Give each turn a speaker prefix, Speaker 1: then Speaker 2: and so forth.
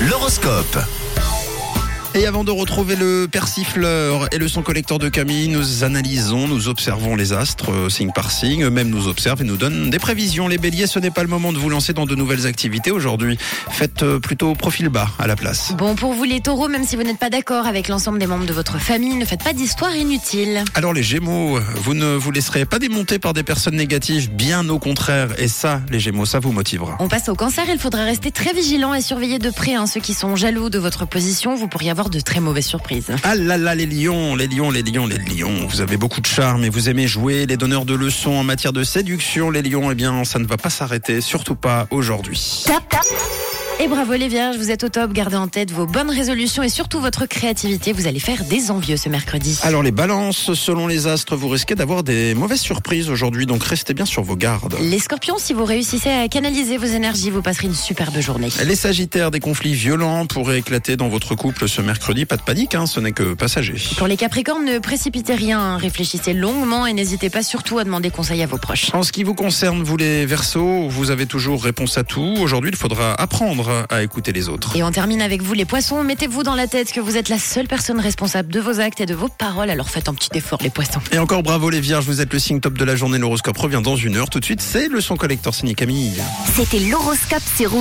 Speaker 1: l'horoscope.
Speaker 2: Et avant de retrouver le persifleur et le son collecteur de Camille, nous analysons, nous observons les astres, euh, signe par signe, eux-mêmes nous observent et nous donnent des prévisions. Les béliers, ce n'est pas le moment de vous lancer dans de nouvelles activités aujourd'hui. Faites euh, plutôt profil bas à la place.
Speaker 3: Bon, pour vous les taureaux, même si vous n'êtes pas d'accord avec l'ensemble des membres de votre famille, ne faites pas d'histoire inutile.
Speaker 2: Alors les gémeaux, vous ne vous laisserez pas démonter par des personnes négatives, bien au contraire. Et ça, les gémeaux, ça vous motivera.
Speaker 3: On passe au cancer, il faudra rester très vigilant et surveiller de près hein, ceux qui sont jaloux de votre position, vous pourriez avoir de très mauvaises surprises.
Speaker 2: Ah là là, les lions, les lions, les lions, les lions. Vous avez beaucoup de charme et vous aimez jouer les donneurs de leçons en matière de séduction, les lions. Eh bien, ça ne va pas s'arrêter, surtout pas aujourd'hui.
Speaker 3: Et bravo les vierges, vous êtes au top, gardez en tête vos bonnes résolutions et surtout votre créativité, vous allez faire des envieux ce mercredi.
Speaker 2: Alors, les balances, selon les astres, vous risquez d'avoir des mauvaises surprises aujourd'hui, donc restez bien sur vos gardes.
Speaker 3: Les scorpions, si vous réussissez à canaliser vos énergies, vous passerez une superbe journée.
Speaker 2: Les sagittaires, des conflits violents pourraient éclater dans votre couple ce mercredi. Pas de panique, hein, ce n'est que passager.
Speaker 3: Pour les capricornes, ne précipitez rien, hein, réfléchissez longuement et n'hésitez pas surtout à demander conseil à vos proches.
Speaker 2: En ce qui vous concerne, vous les versos, vous avez toujours réponse à tout. Aujourd'hui, il faudra apprendre à écouter les autres.
Speaker 3: Et on termine avec vous les poissons. Mettez-vous dans la tête que vous êtes la seule personne responsable de vos actes et de vos paroles, alors faites un petit effort les poissons.
Speaker 2: Et encore bravo les vierges, vous êtes le signe top de la journée. L'horoscope revient dans une heure. Tout de suite, c'est le son collecteur signé Camille.
Speaker 4: C'était l'horoscope, c'est rouge.